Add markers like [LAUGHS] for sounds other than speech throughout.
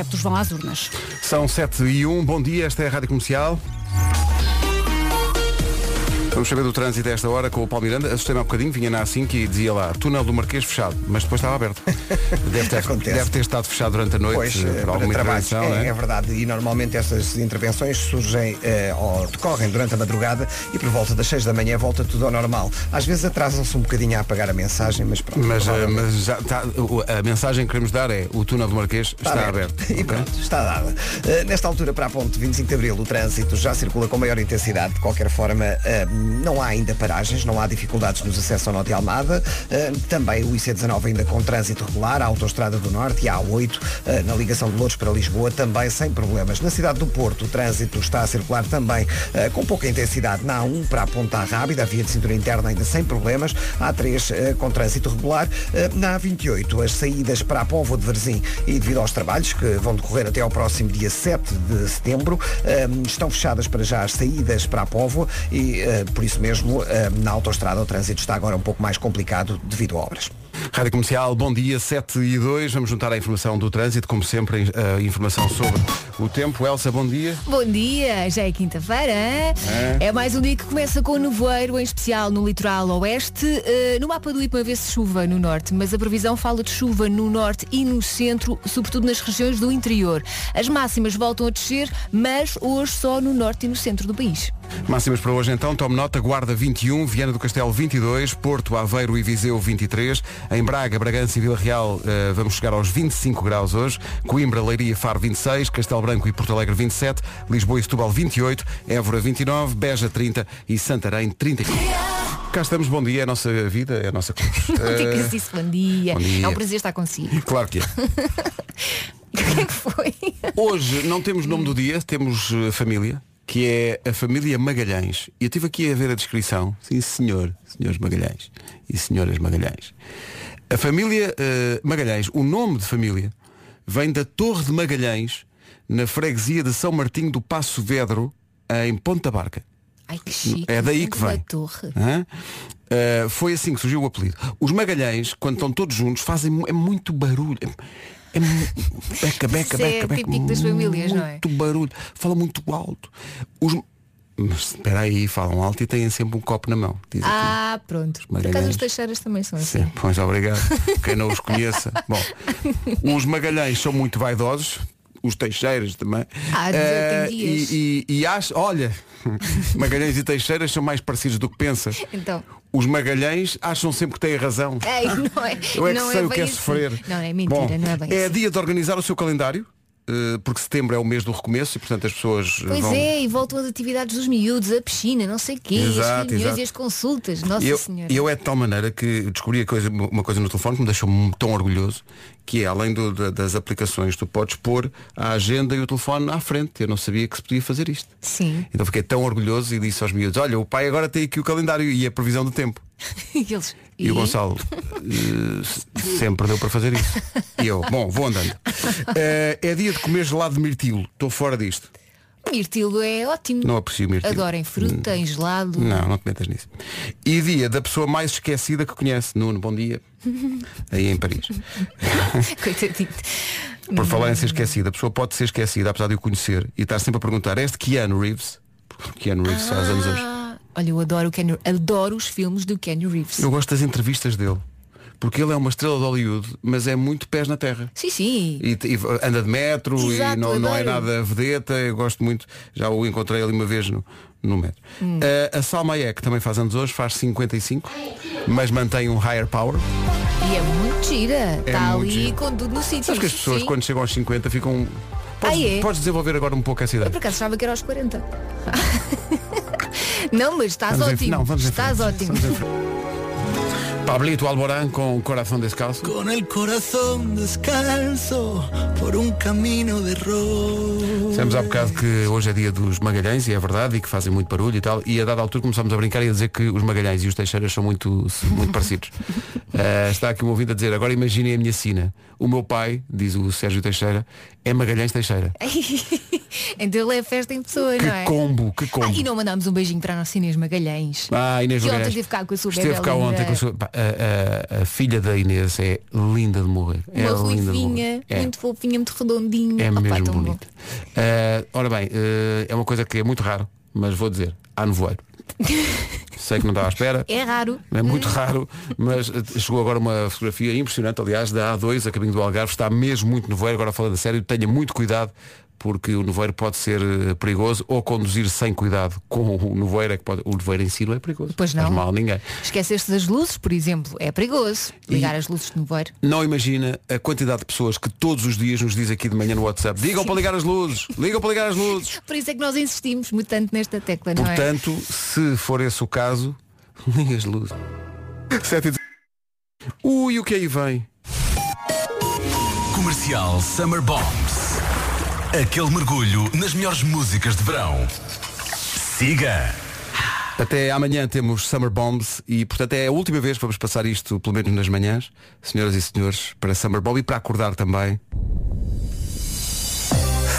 adeptos vão às urnas. São 7 e 1, bom dia, esta é a Rádio Comercial. Vamos saber do trânsito a esta hora com o Paulo Miranda. Assustei-me há bocadinho, vinha na A5 e dizia lá, túnel do Marquês fechado, mas depois estava [LAUGHS] aberto. Deve ter, Acontece. deve ter estado fechado durante a noite, Pois, eh, eh, por para alguma trabalhos, intervenção, é, né? é verdade. E normalmente essas intervenções surgem eh, ou decorrem durante a madrugada e por volta das 6 da manhã volta tudo ao normal. Às vezes atrasam-se um bocadinho a apagar a mensagem, mas pronto. Mas, eh, provavelmente mas já está- o- a mensagem que queremos dar é, o túnel do Marquês está, aberto. [LAUGHS] E ok? pronto, está dada. Eh, nesta altura, para a ponte 25 de Abril, o trânsito já circula com maior intensidade. De qualquer forma, eh, não há ainda paragens, não há dificuldades nos acessos ao Norte e Almada. Eh, também o IC19 ainda com trânsito regular, a Autostrada do Norte e a A8, eh, na ligação de Louros para Lisboa, também sem problemas. Na cidade do Porto, o trânsito está a circular também eh, com pouca intensidade na A1 para a Ponta Rábida, a via de cintura interna ainda sem problemas, a A3 eh, com trânsito regular, eh, na A28 as saídas para a Povo de Verzim e devido aos trabalhos que vão decorrer até ao próximo dia 7 de setembro, eh, estão fechadas para já as saídas para a Povo e eh, por isso mesmo eh, na autoestrada o trânsito está agora um pouco mais complicado devido a obras. Rádio Comercial, bom dia, 7 e 2. Vamos juntar a informação do trânsito, como sempre, a informação sobre o tempo. Elsa, bom dia. Bom dia, já é quinta-feira. hã? É mais um dia que começa com nevoeiro, em especial no litoral oeste. Eh, no mapa do IPMA vê-se chuva no norte, mas a previsão fala de chuva no norte e no centro, sobretudo nas regiões do interior. As máximas voltam a descer, mas hoje só no norte e no centro do país. [LAUGHS] Máximas para hoje então, tome nota, Guarda 21, Viana do Castelo 22, Porto, Aveiro e Viseu 23, em Braga, Bragança e Vila Real eh, vamos chegar aos 25 graus hoje, Coimbra, Leiria, Faro 26, Castelo Branco e Porto Alegre 27, Lisboa e Setúbal 28, Évora 29, Beja 30 e Santarém 35. Cá estamos, bom dia, é a nossa vida, é a nossa cruz. Digas isso, bom dia. Eh, bom dia. É um prazer estar consigo. [LAUGHS] Eh, claro que é. O que é que foi? Hoje não temos nome do dia, temos eh, família, que é a família Magalhães. E eu estive aqui a ver a descrição. Sim, senhor, senhores Magalhães e senhoras Magalhães. A família eh, Magalhães, o nome de família, vem da Torre de Magalhães, na freguesia de São Martinho do Passo Vedro, em Ponta Barca. Ai, que chique. É daí que Uma vem. torre. Hã? Eh, foi assim que surgiu o apelido. Os magalhães, quando estão todos juntos, fazem mu- é muito barulho. É, é mu- beca, beca, Isso é beca, beca. típico das famílias, não é? Muito barulho. Falam muito alto. Os... Mas espera aí, falam alto e têm sempre um copo na mão. Diz aqui. Ah, pronto. Por acaso Magalhães. os Teixeiras também são assim. Sim, pois obrigado. Quem não [LAUGHS] os conheça. Bom, os Magalhães são muito vaidosos. Os Teixeiras também. Ah, Deus, Eh, tem dias. e, e, e acho, olha, [LAUGHS] Magalhães e Teixeiras são mais parecidos do que pensa. Então. Os Magalhães acham sempre que têm razão. Ei, não é, [LAUGHS] Eu é que não sei o bem que é assim. sofrer. Não, é mentira, Bom, não é bem É assim. dia de organizar o seu calendário, eh, porque setembro é o mês do recomeço e portanto as pessoas eh, Pois vão. é, e voltam as atividades dos miúdos, a piscina, não sei o quê, Exato, as reuniões exato. e as consultas, Nossa eu, Senhora. eu é de tal maneira que descobri a coisa- uma coisa no telefone que me deixou tão orgulhoso, que é além do- da- das aplicações, tu podes pôr a agenda e o telefone à frente. Eu não sabia que se podia fazer isto. Sim, Então fiquei tão orgulhoso e disse aos miúdos, olha, o pai agora tem aqui o calendário e a previsão do tempo. e eles. [LAUGHS] E, o Gonçalo eh, s- sempre deu para fazer isso. E eu, bom, vou andando. Eh, é dia de comer gelado de mirtilo. Estou fora disto. Mirtilo é ótimo. Não Hum. aprecio mirtilo. Adorem fruta, em gelado. Não, não te metas nisso. E dia da pessoa mais esquecida que conhece. Nuno, bom dia. Aí em Paris. [LAUGHS] Coitadinho. Por falar em ser esquecida, a pessoa pode ser esquecida, apesar de o conhecer, e estar sempre a perguntar, este Keanu Reeves? Porque Keanu Reeves faz anos hoje. Ah, olha, eu adoro o Kenny, adoro os filmes do Kenny Reeves. Eu gosto das entrevistas dele. Porque ele é uma estrela de Hollywood, mas é muito pés na terra. Sim, sim. E, e anda de metro e Exato, não, não é adoro. nada vedeta, eu gosto muito, já o encontrei ali uma vez no, no metro. Hum. Eh, a Salma Hayek também faz anos hoje, faz 55, mas mantém um higher power. E é muito gira. Está É muito ali gira. com tudo no sítio. Sabes que as pessoas Sim. quando chegam aos 50 ficam. Podes, Ah, é? podes desenvolver agora um pouco essa idade. Por acaso achava que era aos 40. [LAUGHS] não, mas estás Vamos em- ótimo. não, vamos em estás frente. ótimo. Vamos em frente. Pablito Alborán com Coração Descalço. Con el corazón descalzo por un camino de rock. Dissemos há bocado que hoje é dia dos magalhães, e é verdade, e que fazem muito barulho e tal, e a dada altura começámos a brincar e a dizer que os magalhães e os teixeiras são muito, [LAUGHS] muito parecidos. Eh, está aqui um ouvido a dizer, agora imaginem a minha sina. O meu pai, diz o Sérgio Teixeira, é Magalhães Teixeira. [LAUGHS] então ele é festa em pessoa, Que não é? combo, que combo. Ah, e não mandámos um beijinho para a nossa Inês Magalhães. Ah, Inês Que ontem Magalhães. esteve cá com a sua Esteve bebé cá linda. ontem com a sua. pá, a, a- a filha da Inês é linda de morrer. é Uma linda de ruivinha, morrer. É. muito fofinha, muito redondinha. É Opa, mesmo tão bom. bonito. Eh, ora bem, eh, é uma coisa que é muito raro, mas vou dizer, [LAUGHS] há nevoeiro. Sei que não estava à espera. É raro. É muito raro, mas eh, chegou agora uma fotografia impressionante, aliás, da A2, a caminho do Algarve, está mesmo muito nevoeiro, agora falando a sério, tenha muito cuidado, porque o nevoeiro pode ser eh, perigoso ou conduzir sem cuidado com o nevoeiro, é que pode, o nevoeiro em si não é perigoso. Pois não. Faz mal a ninguém. Esqueceste das luzes, por exemplo. É perigoso ligar as luzes de nevoeiro. Não imagina a quantidade de pessoas que todos os dias nos diz aqui de manhã no WhatsApp, digam para ligar as luzes, ligam para ligar as luzes. Por isso é que nós insistimos muito tanto nesta tecla, não é? Portanto, se for esse o caso, [LAUGHS] liga as luzes. 7 e 10. Ui, o que aí vem? Comercial Summer Bombs. Aquele mergulho nas melhores músicas de verão. Siga. Até amanhã temos Summer Bombs e, portanto, é a última vez que vamos passar isto, pelo menos nas manhãs, senhoras e senhores, para Summer Bomb e para acordar também.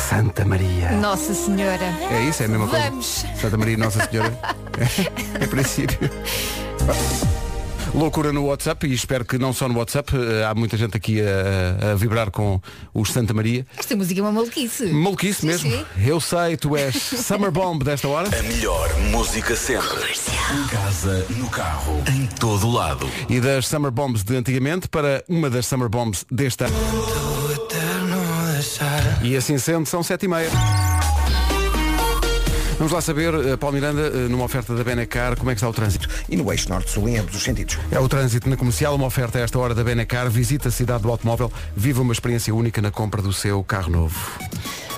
Santa Maria. Nossa Senhora. É isso? É a mesma coisa? Vamos. Santa Maria Nossa [LAUGHS] Senhora. É, em princípio. Loucura no WhatsApp e espero que não só no WhatsApp, eh, há muita gente aqui a- a vibrar com os Santa Maria. Esta música é uma maluquice. Maluquice Sim, mesmo. sim. Eu sei, [LAUGHS] tu és Summer Bomb desta hora. A melhor música sempre. Em casa, no carro, em todo lado. E das Summer Bombs de antigamente para uma das Summer Bombs deste ano. E assim sendo, são sete e meia. Vamos lá saber, eh, Paulo Miranda, eh, numa oferta da Benacar, como é que está o trânsito? E no eixo norte-sul em ambos os sentidos. É o trânsito na comercial, uma oferta a esta hora da Benacar. Visita a cidade do automóvel, viva uma experiência única na compra do seu carro novo.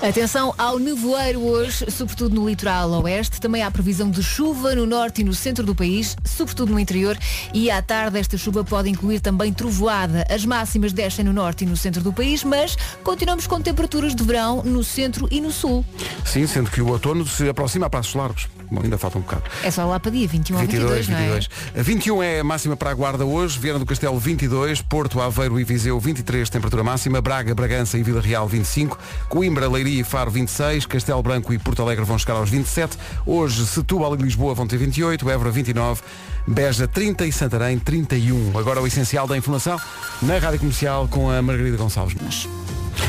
Atenção ao nevoeiro hoje, sobretudo no litoral oeste. Também há previsão de chuva no norte e no centro do país, sobretudo no interior. E à tarde esta chuva pode incluir também trovoada. As máximas descem no norte e no centro do país, mas continuamos com temperaturas de verão no centro e no sul. Sim, sendo que o outono se aproxima a passos largos. Bom, ainda falta um bocado. É só lá para dia 21 ou 22, 22, não é? 22. A 21 é a máxima para a Guarda hoje, Viana do Castelo 22, Porto, Aveiro e Viseu 23, temperatura máxima, Braga, Bragança e Vila Real 25, Coimbra, Leiria e Faro 26, Castelo Branco e Porto Alegre vão chegar aos 27, hoje Setúbal e Lisboa vão ter 28, Évora 29, Beja 30 e Santarém 31. Agora o essencial da informação na Rádio Comercial com a Margarida Gonçalves.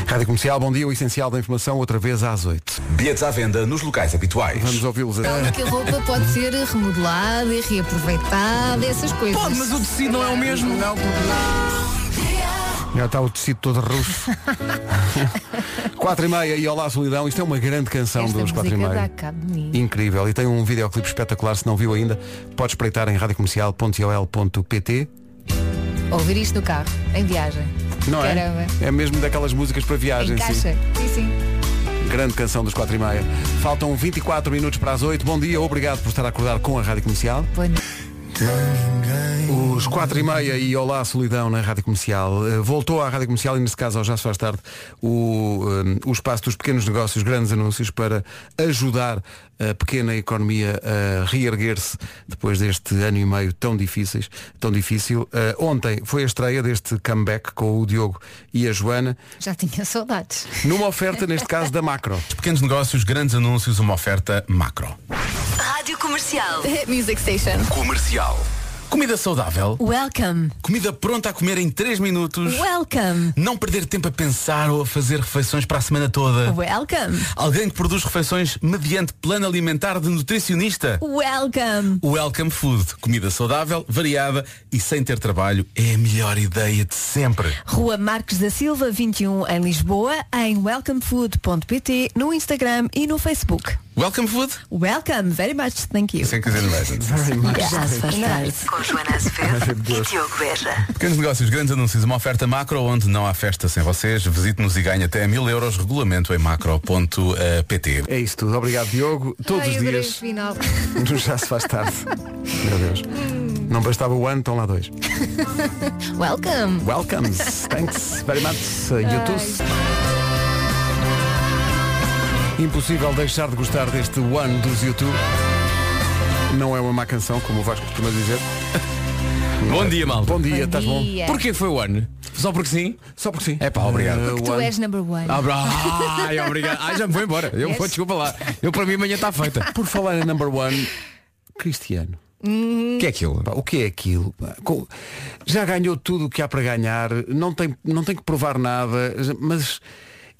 Rádio Comercial, bom dia, o essencial da informação outra vez às 8. Bilhetes à venda nos locais habituais. Vamos ouvi-los a... Então, que a roupa pode ser remodelada e reaproveitada, essas coisas. Pode, mas o tecido não é o mesmo. Não, Já está o tecido [LAUGHS] todo russo. 4 e meia e Olá Solidão. Isto é uma grande canção Esta dos 4 e música dá meia. cabo de mim. Incrível. E tem um videoclipe espetacular. Se não viu ainda, pode espreitar em radiocomercial.ol.pt. Ouvir isto no carro, em viagem. Não é? Caramba. É mesmo daquelas músicas para viagem. Encaixa. Sim, sim. Grande canção dos 4 e meia. Faltam 24 minutos para as 8. Bom dia. Obrigado por estar a acordar com a Rádio Comercial. Boa noite. Os 4 e meia e Olá Solidão na Rádio Comercial. Eh, Voltou à Rádio Comercial e nesse caso ao Já Se Faz Tarde o, eh, o espaço dos pequenos negócios, grandes anúncios para ajudar a pequena economia a reerguer-se depois deste ano e meio tão difíceis, tão difícil. Eh, Ontem foi a estreia deste comeback com o Diogo e a Joana, Já tinha saudades. numa oferta neste caso da Macro. [LAUGHS] Pequenos negócios, grandes anúncios, uma oferta macro. Rádio Comercial. [LAUGHS] Music Station. Comercial. Comida saudável. Welcome. Comida pronta a comer em 3 minutos. Welcome. Não perder tempo a pensar ou a fazer refeições para a semana toda. Welcome. Alguém que produz refeições mediante plano alimentar de nutricionista. Welcome. O Welcome Food, comida saudável, variada e sem ter trabalho, é a melhor ideia de sempre. Rua Marques da Silva 21 em Lisboa, em welcomefood.pt, no Instagram e no Facebook. Welcome Food? Welcome very much. Thank you. Sem dizer mais. Já se faz tarde. Com Joana Azevedo e Diogo Beja. Pequenos negócios, grandes anúncios, uma oferta macro onde não há festa sem vocês. Visite-nos e ganhe até mil euros, regulamento em eh, macro.pt. É isso tudo. Obrigado Diogo. Todos Ai, os adorei dias o final. no Já Se Faz Tarde. Meu Deus. Não bastava o ano, estão lá dois. Welcome. Welcome, thanks very much, uh, YouTube. Impossível deixar de gostar deste One dos YouTube. Não é uma má canção, como o Vasco costuma dizer. Bom dia, malta. Bom dia, estás bom? dia. Porquê foi o ano? Só porque sim? Só porque sim. É pá, obrigado. Eh, Porque o tu ano- és number one. Ah, bra- Ai, obrigado. Ai, já me vou embora. Eu vou, Yes. desculpa lá. Eu para mim amanhã está feita. Por falar em number one, Cristiano. O que é aquilo? Pá, o que é aquilo? Pá, co- Já ganhou tudo o que há para ganhar, não tem, não tem que provar nada, mas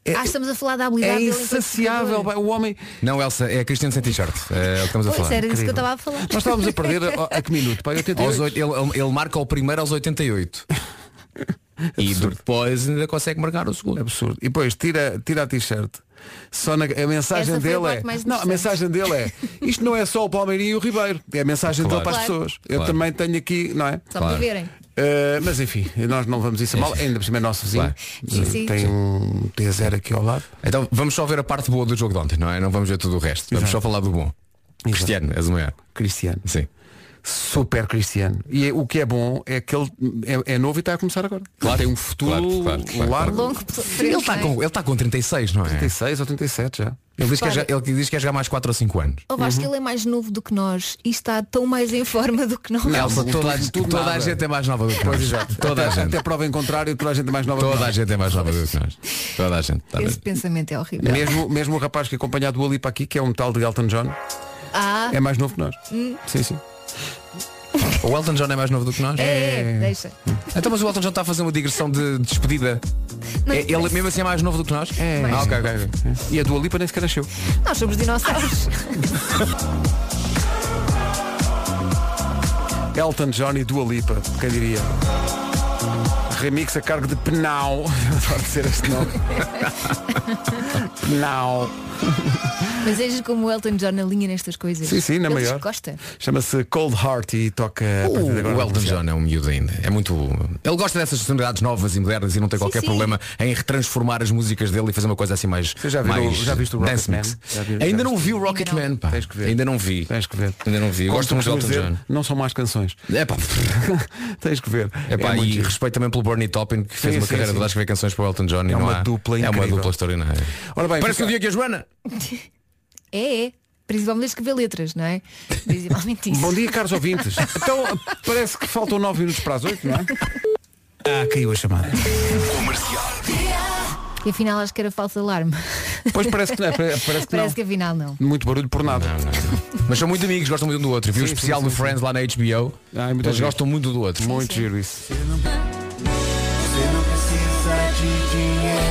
é, Ah, estamos a falar da habilidade é dele enquanto insaciável. jogador. pá, O homem. Não, Elsa, é a Cristiano sem t-shirt. É o que estamos a Pois falar. era disso que eu Incrível. estava a falar. Nós estávamos a perder a, a que minuto? Pá, 88. Aos oito- ele, ele- ele marca o primeiro aos [LAUGHS] 88. e depois ainda consegue marcar o segundo. Absurdo. E depois tira, tira a t-shirt. Só na- a mensagem Essa foi a dele é. parte mais Não, a interessante. mensagem dele [LAUGHS] é. Isto não é só o Palmeirinho e o Ribeiro. É a mensagem Claro. dele para as Claro. pessoas. Eu Claro. também tenho aqui, não é? [LAUGHS] Só Claro. para verem. Uh, mas enfim, nós não levamos isso a mal, ainda por cima é nosso vizinho. Claro. Sim, sim. Tem um T0 aqui ao lado. Então vamos só ver a parte boa do jogo de ontem, não é? Não vamos ver tudo o resto. Vamos só falar do bom. Cristiano, és um o maior. Cristiano. Sim. Super Cristiano. E é- o que é bom é que ele é, é novo e está a começar agora. Claro. Tem um futuro Claro, claro, claro, largo. Longo Ele está com, ele tá com 36, não é? 36 ou 37 já. Ele diz, que é, Repara. já- ele diz que é jogar mais 4 ou 5 anos. Eu acho que Uhum. ele é mais novo do que nós e está tão mais em forma do que nós. Elsa, tudo- toda, a- tudo toda a nada. gente é mais nova do que nós. Toda a até, gente. até prova em contrário, toda a gente é mais nova. que Toda nós. a gente é mais nova do que nós. Toda a gente. Tá bem. Esse pensamento é horrível. Mesmo, mesmo o rapaz que acompanhado do Alipa aqui, que é um tal de Elton John, Ah, é mais novo que nós. Sim, sim. O Elton John é mais novo do que nós? é, é, deixa. Então, mas o Elton John está a fazer uma digressão de despedida. Não É- ele interessa. mesmo assim é mais novo do que nós? É. Ah, ok, ok. ok. E a do Alipa nem sequer nasceu. Nós somos [LAUGHS] dinossauros. Elton John e Dua Lipa, quem diria? Remix a cargo de Penal. [LAUGHS] Eu adoro dizer este nome. Penal. Mas és como o Elton John na linha nestas coisas. Sim, sim, na Ele maior. gosta. Chama-se Cold Heart e toca a O, partir de agora. o Elton John é um miúdo ainda. É muito. Ele gosta dessas sonoridades novas e modernas e não tem qualquer sim. problema em retransformar as músicas dele e fazer uma coisa assim mais. Você já viu- mais já viste o dance Rocketman? mix. Já vi- já ainda não viste. vi o Rocketman, pá. Tens que ver. Ainda não vi. Tens que ver. Ainda não vi. Eu Como gosto muito do costumo Elton dizer, John. Não são más canções. [LAUGHS] É pá. Tens que ver. É pá, muito e giro. respeito também pelo Bernie Taupin que fez Sim, uma sim, carreira sim. de escrever canções para o Elton John e É não uma há- dupla É uma incrível. dupla extraordinária. Ora bem, Parece fica- o dia que a Joana. É, é. Principalmente escrever letras, não é? Principalmente isso. [LAUGHS] Bom dia, caros ouvintes. Então, parece que faltam 9 minutos para as 8, não é? Ah, caiu a chamada. E afinal acho que era falso alarme. Pois parece que não. é, [LAUGHS] Parece que não. Parece que afinal não. Muito barulho por nada. Mas são muito amigos, gostam muito um do outro. Vi o Sim, especial sim, do sim, Friends lá na HBO. Ah, é muito Eles giro. gostam muito do outro. Muito giro isso.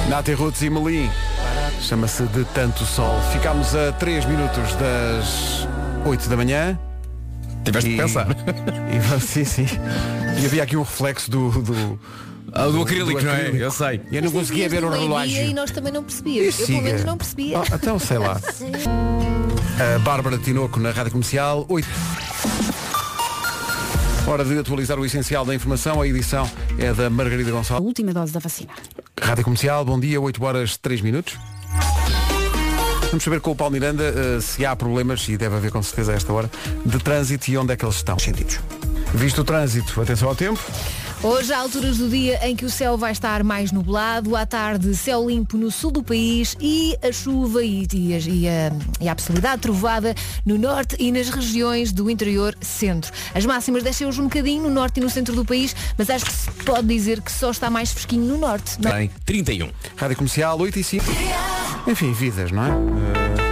Nati Roots e Melim. Chama-se De Tanto Sol. Ficámos a 3 minutos das 8 da manhã. Tiveste de pensar. E, vamos- sim, sim. E havia aqui um reflexo do. do Ah, do acrílico, não é? acrílico. Eu sei. e eu não Mas conseguia dizias ver o do meio-dia E relógio. nós também não percebíamos. Eu pelo menos não percebia. Ah, então [LAUGHS] sei lá. A Bárbara Tinoco na Rádio Comercial, 8. Hora de atualizar o essencial da informação. A edição é da Margarida Gonçalves. última dose da vacina. Rádio Comercial, bom dia, 8 horas 3 minutos. Vamos saber com o Paulo Miranda eh, se há problemas, e deve haver com certeza a esta hora, de trânsito e onde é que eles estão. Sentidos. Visto o trânsito, atenção ao tempo. Hoje há alturas do dia em que o céu vai estar mais nublado, à tarde céu limpo no sul do país e a chuva e, e a, e a- e a possibilidade de trovada no norte e nas regiões do interior centro. As máximas descem hoje um bocadinho no norte e no centro do país, mas acho que se pode dizer que só está mais fresquinho no norte. não é? Tem 31. Rádio Comercial, 8 e 5. Enfim, vidas, não é? Eh,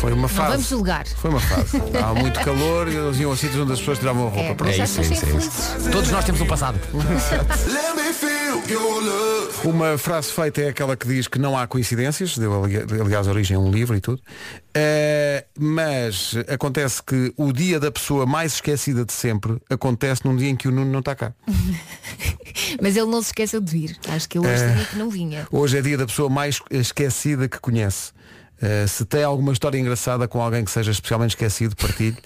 foi uma Não fase. vamos julgar. Foi uma fase. Há muito calor e eles iam a sítios onde as pessoas tiravam a roupa. É, Pronto. mas É já isso, é estás isso, sem é isso. felizes. Todos nós temos um passado. Uma frase feita é aquela que diz que não há coincidências, deu ali- aliás origem a um livro e tudo, Eh, mas acontece que o dia da pessoa mais esquecida de sempre acontece num dia em que o Nuno não está cá. [LAUGHS] Mas ele não se esqueceu de vir. Acho que ele hoje sabia que não vinha. Hoje é dia da pessoa mais esquecida que conhece. Eh, se tem alguma história engraçada com alguém que seja especialmente esquecido, [LAUGHS] partilhe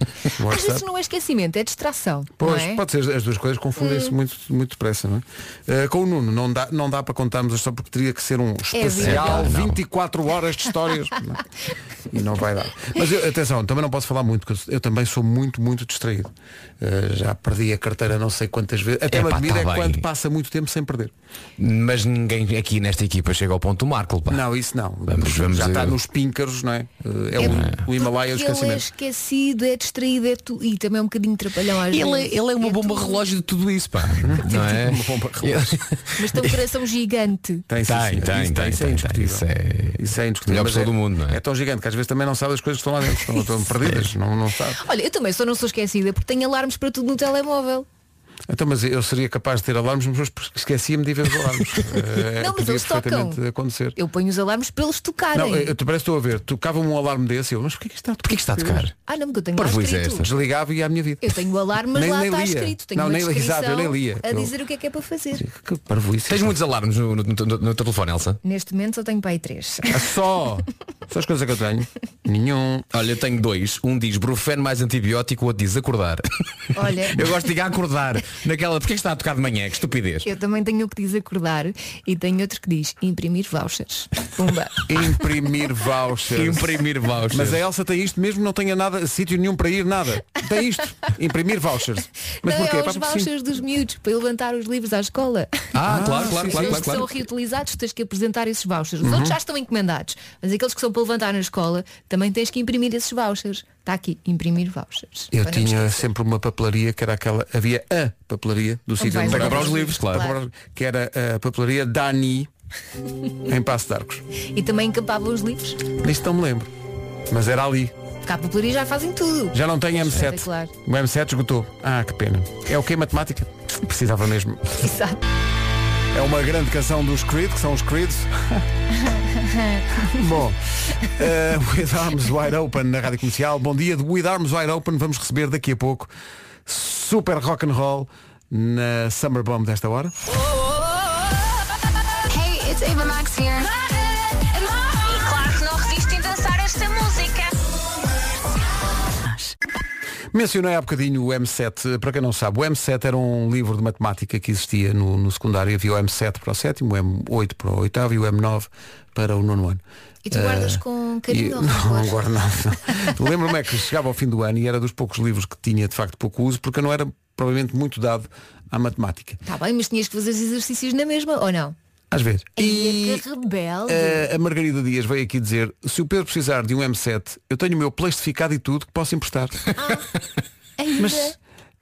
no Às vezes WhatsApp. não é esquecimento, é distração. não Pois, é? pode ser, as duas coisas confundem-se muito, muito depressa, não é? Eh, com o Nuno, não dá, não dá para contarmos a história porque teria que ser É um especial verdade. 24 horas de histórias. Não. é? e não vai dar. Mas eu- atenção, também não posso falar muito, porque eu, eu também sou muito, muito distraído. Eh, já perdi a carteira não sei quantas vezes. Até me Epá, admira tá é bem. quando passa muito tempo sem perder. Mas ninguém aqui nesta equipa chega ao ponto do Marco. Pá. Não, isso não. Vamos- vamos- já está eu- nos píncaros, não é? Eh, É, porque o, o Himalaia dos ele é esquecimentos. esquecido, é distraído é tu... e também é um bocadinho trapalhão às Ele, é- vezes. ele é uma bomba tudo. relógio de tudo isso, pá. Não [LAUGHS] é? Uma bomba relógio. Mas tem um coração gigante. Tem, sim, Tem, sim. tem, isso, tem, isso é tem, indiscutível. tem. Isso é- Isso é indiscutível. melhor Mas pessoa do mundo, não é? É tão gigante que às vezes também não sabe as coisas que estão lá dentro. Estão, estão perdidas, não, não sabe. Olha, eu também só não sou esquecida porque tenho alarmes para tudo no telemóvel. Então, mas eu seria capaz de ter alarmes, mas esquecia-me de ir ver os [LAUGHS] alarmes. Eh, Não, mas podia eles tocam. perfeitamente acontecer. Eu ponho os alarmes para eles tocarem. Não, eu, tu parece que estou a ver, tocava-me um alarme desse, eu, mas porquê que isto está a tocar? Porquê que está a tocar? Ah, não, porque eu tenho lá Parvoíce é escrito. esta. Desligava e ia à minha vida. Eu tenho o alarme, mas Nem- lá nem está lia. escrito. Tenho Não, uma nem lia, descrição exato, eu nem lia. a Eu- dizer o que é que é para fazer. Que parvoíce. Tens muitos alarmes no, no- no- no teu telefone, Elsa? Neste momento só tenho para aí [LAUGHS] três. Ah, só! Só as coisas que eu tenho. Nenhum. Olha, eu tenho dois. Um diz brufeno mais antibiótico, o outro diz acordar. Olha. [LAUGHS] Eu gosto de ir a acordar. Naquela, porquê que está a tocar de manhã? Que [LAUGHS] estupidez. Eu também tenho o que diz acordar e tenho outro que diz imprimir vouchers. Pumba. [LAUGHS] Imprimir vouchers. Imprimir vouchers. é. Mas a Elsa tem isto mesmo, não tenha nada, sítio nenhum para ir, nada. Tem isto. [LAUGHS] Imprimir vouchers. Mas não, porquê? é Pá, os porque sim. vouchers dos miúdos para eu levantar os livros à escola. [LAUGHS] Ah, claro, claro, claro, os claro, que são claro. Uhum. reutilizados, tu tens que apresentar esses vouchers. Os outros já estão encomendados. Mas aqueles que são para levantar na escola, também tens que imprimir esses vouchers. Está aqui, imprimir vouchers. Eu Para não tinha esquecer. sempre uma papelaria que era aquela. Havia a papelaria do sítio vais onde comprar morava. os livros, claro. Comprar- Que era a papelaria Dani em Passo de Arcos. E também encapava os livros. Disto não me lembro. Mas era ali. Cá papelaria já fazem tudo. [LAUGHS] Já não tenho M7. Espetacular. O M7 esgotou. Ah, que pena. É o que matemática? Precisava mesmo. Exato. É uma grande canção dos Creed, que são os Creeds. Bom, eh, With Arms Wide Open na Rádio Comercial. Bom dia de With Arms Wide Open. Vamos receber daqui a pouco super rock and roll na Summer Bomb desta hora. Hey, it's Ava Max here. E claro que não resistem a dançar esta música. Mencionei há bocadinho o M7, para quem não sabe, o M7 era um livro de matemática que existia no, no secundário, havia o M7 para o sétimo, o M8 para o oitavo e o M9 para o nono ano. E tu guardas Eh, com carinho e- ou [LAUGHS] Não, rancor? não guardo nada. [LAUGHS] Lembro-me é que chegava ao fim do ano e era dos poucos livros que tinha de facto pouco uso, porque eu não era provavelmente muito dado à matemática. Está Tá bem, mas tinhas que fazer os exercícios na mesma, ou não? Às vezes. E... é Que rebelde. Eh, a Margarida Dias veio aqui dizer se o Pedro precisar de um M7 eu tenho o meu plastificado e tudo que posso emprestar Ainda. mas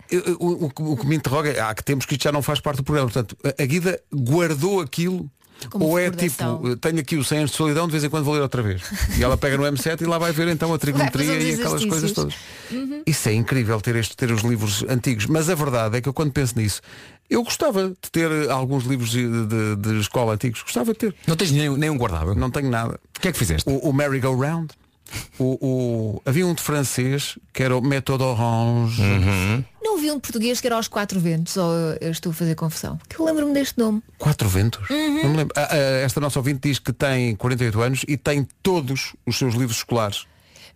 eu- eu- o, o que- o que me interroga é há que temos que isto já não faz parte do programa portanto a, a Guida guardou aquilo Como ou é recordação. tipo, eh, tenho aqui o 100 anos de solidão, de vez em quando vou ler outra vez. E ela pega no M7 e lá vai ver então a trigonometria fazer os e aquelas coisas exercícios. Uhum. todas. Isso é incrível ter, este, ter os livros antigos, mas a verdade é que eu quando penso nisso, eu gostava de ter eh, alguns livros de, de- de escola antigos, gostava de ter. Não tens nenhum, nenhum guardável. Não tenho nada. O que é que fizeste? O, o merry-go-round. O, o- havia um de francês que era o método orange. Uhum. Não vi um de português que era aos quatro ventos, ou eu estou a fazer confusão. Que eu lembro-me deste nome. Quatro ventos. Não me lembro. Ah, ah, esta nossa ouvinte diz que tem 48 anos e tem todos os seus livros escolares.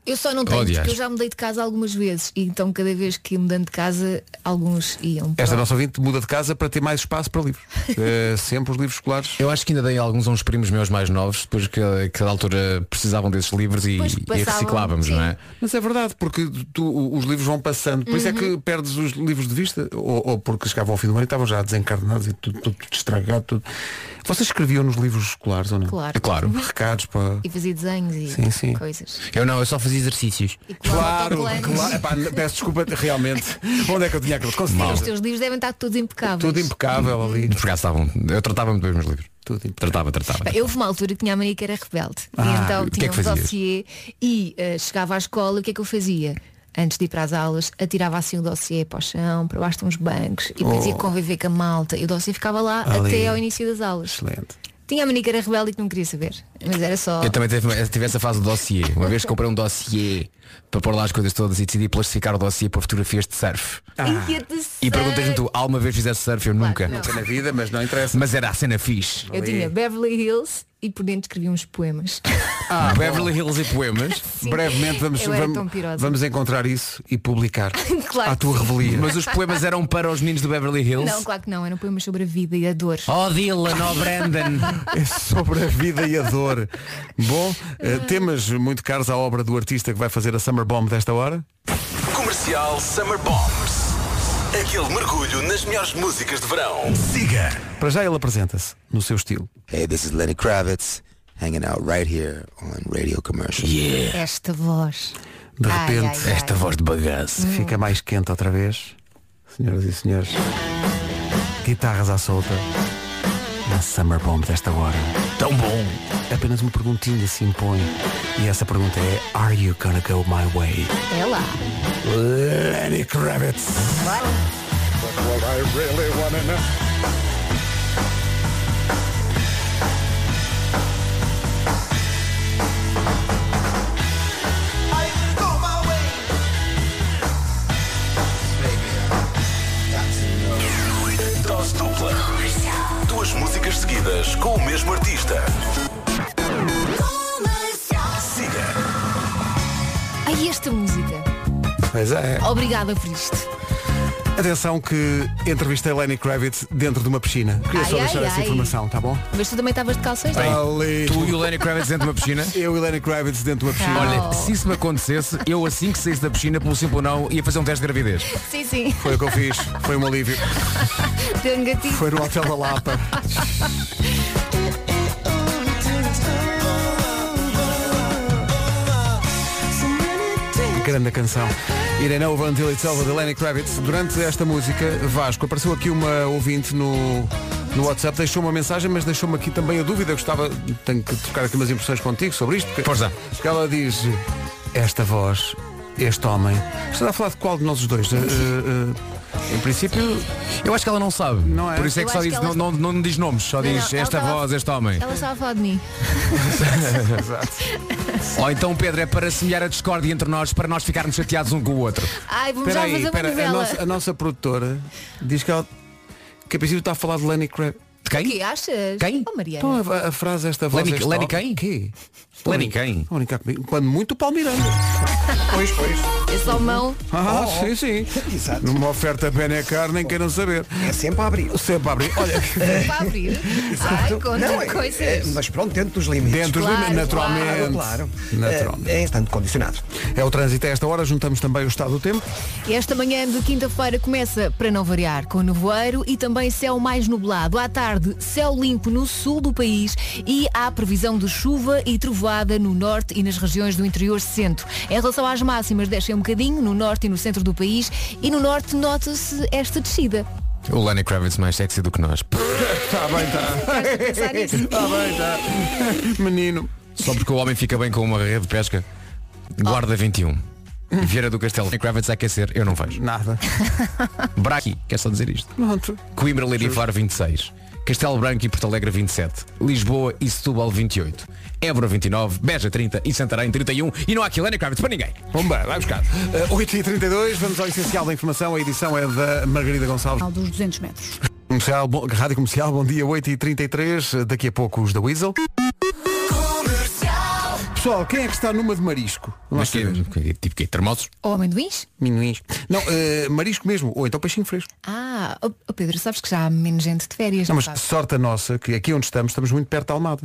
Eu só não tenho, diacho. porque eu já mudei de casa algumas vezes. E então cada vez que ia mudando de casa, alguns iam. para Esta lá. nossa ouvinte muda de casa para ter mais espaço para [LAUGHS] livros. Eh, sempre os livros escolares. Eu acho que ainda dei alguns a uns primos meus mais novos, depois que a cada altura precisavam desses livros e, Depois e passavam, reciclávamos, não é? sim. Mas é verdade, porque tu- os livros vão passando. Por isso é que perdes os livros de vista. Ou, ou porque chegavam ao fim do ano e estavam já desencarnados e tudo, tudo estragado. Tudo. Vocês escreviam nos livros escolares ou não? É Claro. Claro. Uhum. Recados para. E fazia desenhos e Sim, sim. coisas. Eu não, eu só fazia exercícios. E colava Claro, autocolantes. claro. Epá, peço desculpa, realmente. Onde é que eu tinha aquele Os conceito? teus livros devem estar todos impecáveis. Tudo impecável ali. Porque já estavam. Eu tratava-me dos meus livros. Tudo impecável. Tratava, tratava. Bem, Houve uma altura que tinha a mania que era rebelde. Ah, e então o que é tinha que um fazias? dossiê e eh, chegava à escola, o que é que eu fazia? Antes de ir para as aulas, atirava assim o dossiê para o chão, para baixo de uns bancos, e depois ia conviver com a malta. E o dossiê ficava lá Oh. Ali. até ao início das aulas. Excelente. Tinha a mania que era rebelde e que não queria saber. Mas era só. Então, Eu também tive, tive essa fase do dossiê. Uma vez comprei um dossiê para pôr lá as coisas todas e decidi plastificar o dossiê para fotografias de surf. ah, Ia-te E perguntas-me tu, alguma vez fizeste surf? Eu nunca. não. Na vida, mas não interessa. Mas era a cena fixe. Eu tinha Beverly Hills e por dentro escrevia uns [LAUGHS] poemas. Ah, Beverly Hills e poemas. [LAUGHS] Brevemente vamos, Eu era tão vamos, pirosa. vamos encontrar isso e publicar [LAUGHS] Claro à que tua sim. revelia. [LAUGHS] Mas os poemas eram para os meninos do Beverly Hills. Não, claro que não, eram poemas sobre a vida e a dor. Oh Dylan, oh Brandon. É sobre a vida e a dor. Bom, eh, temas muito caros à obra do artista que vai fazer a Summer Bomb desta hora. Comercial Summer Bombs. Aquele mergulho nas melhores músicas de verão. Siga. Para já ele apresenta-se no seu estilo. Hey, this is Lenny Kravitz, hanging out right here on Radio Commercial. Yeah. Esta voz. De Ai, repente, ai, ai. Esta voz de bagaço. fica mais quente outra vez. Senhoras e senhores, guitarras à solta. Na Summer Bomb desta hora. Tão bom. Apenas uma perguntinha se impõe. E essa pergunta é: Are you gonna go my way? É lá. Lenny Kravitz. Dose dupla. Duas músicas seguidas com o mesmo artista. Siga. Ai, esta música. Pois é. Obrigada por isto. Atenção que entrevistei Lenny Kravitz dentro de uma piscina. Queria só Ai, deixar ai, essa ai. informação, tá bom? Mas tu também estavas de calções, não? Ali. Tu e o Lenny Kravitz dentro de uma piscina? Eu e Lenny Kravitz dentro de uma piscina. Calma. Olha, se isso me acontecesse, eu assim que saísse da piscina, pelo simples não, ia fazer um teste de gravidez. Sim, sim. Foi o que eu fiz. Foi um alívio. Deu um gatinho. Foi no Hotel da Lapa. Grande canção. Irene Over Until It's Over de Lenny Kravitz. Durante esta música, Vasco, apareceu aqui uma ouvinte no, no WhatsApp, deixou uma mensagem, mas deixou-me aqui também a dúvida. Eu Gostava, tenho que trocar aqui umas impressões contigo sobre isto. Porque, Pois não. porque ela diz, esta voz, este homem. Estará a falar de qual de nós os dois? Eh, eh, eh, em princípio, Eu acho que ela não sabe. Não é? Por isso é Eu que só acho diz, que não, ela- não, não diz nomes, só Não, diz não, esta ela- voz, este homem. Ela estava a falar de mim. Ou então, Pedro, é para semear a discórdia entre nós, para nós ficarmos chateados um com o outro. Ai, vamos já Espera aí, fazer uma espera, a, novela. nossa, a nossa produtora diz que ela que a princípio está a falar de Lenny Kravitz. De O quem? que achas? Quem? Oh, Mariana. Então a, a frase esta voz. Lenny- este Lenny homem- quem? Quê? Estão Lenny a- quem? estão a brincar comigo. Quando muito o Palmeiranda. Pois, pois. É só mão. Oh, Ah, sim, sim. [LAUGHS] Exato. Numa oferta Benecar, nem queiram saber. É sempre a abrir. Sempre a abrir. [LAUGHS] Olha, para abrir. Ai, conta é- coisas. é, mas pronto, dentro dos limites. dentro Claro, do naturalmente. Claro, claro. Naturalmente. É, é instante condicionado. É o trânsito a esta hora, juntamos também o estado do tempo. Esta manhã de quinta-feira começa, para não variar, com nevoeiro e também céu mais nublado. À tarde, céu limpo no sul do país e há previsão de chuva e trovoada no norte e nas regiões do interior centro. Em relação às máximas, descem um bocadinho no norte e no centro do país e no norte nota-se esta descida. O Lenny Kravitz mais sexy do que nós. Está bem, está. Estás a [LAUGHS] pensar nisso? Está bem, está. [LAUGHS] Menino. Só porque o homem fica bem com uma rede de pesca. Guarda 21. Vieira do Castelo. Lenny Kravitz a aquecer, eu não vejo. Nada. Braqui, quer só dizer isto. Pronto. Coimbra, Leiria e Faro 26 Castelo Branco e Porto Alegre 27 Lisboa e Setúbal 28 Évora 29, Beja 30 e Santarém 31 E não há aqui Lenny Kravitz para ninguém Bomba, vai buscar. Eh, 8h32, vamos ao essencial da informação. A edição é da Margarida Gonçalves. Dos 200 metros. Comercial, bom- Rádio Comercial, bom dia, 8h33. eh, Daqui a pouco os da Weasel. Pessoal, quem é que está numa de marisco? Mas que, que- tipo que termosos? Ou amendoins? Minuins. Não, eh, marisco mesmo, ou então peixinho fresco. Ah, oh, oh, Pedro, sabes que já há menos gente de férias. Não, mas sabes? sorte a nossa, que aqui onde estamos, estamos muito perto da Almada.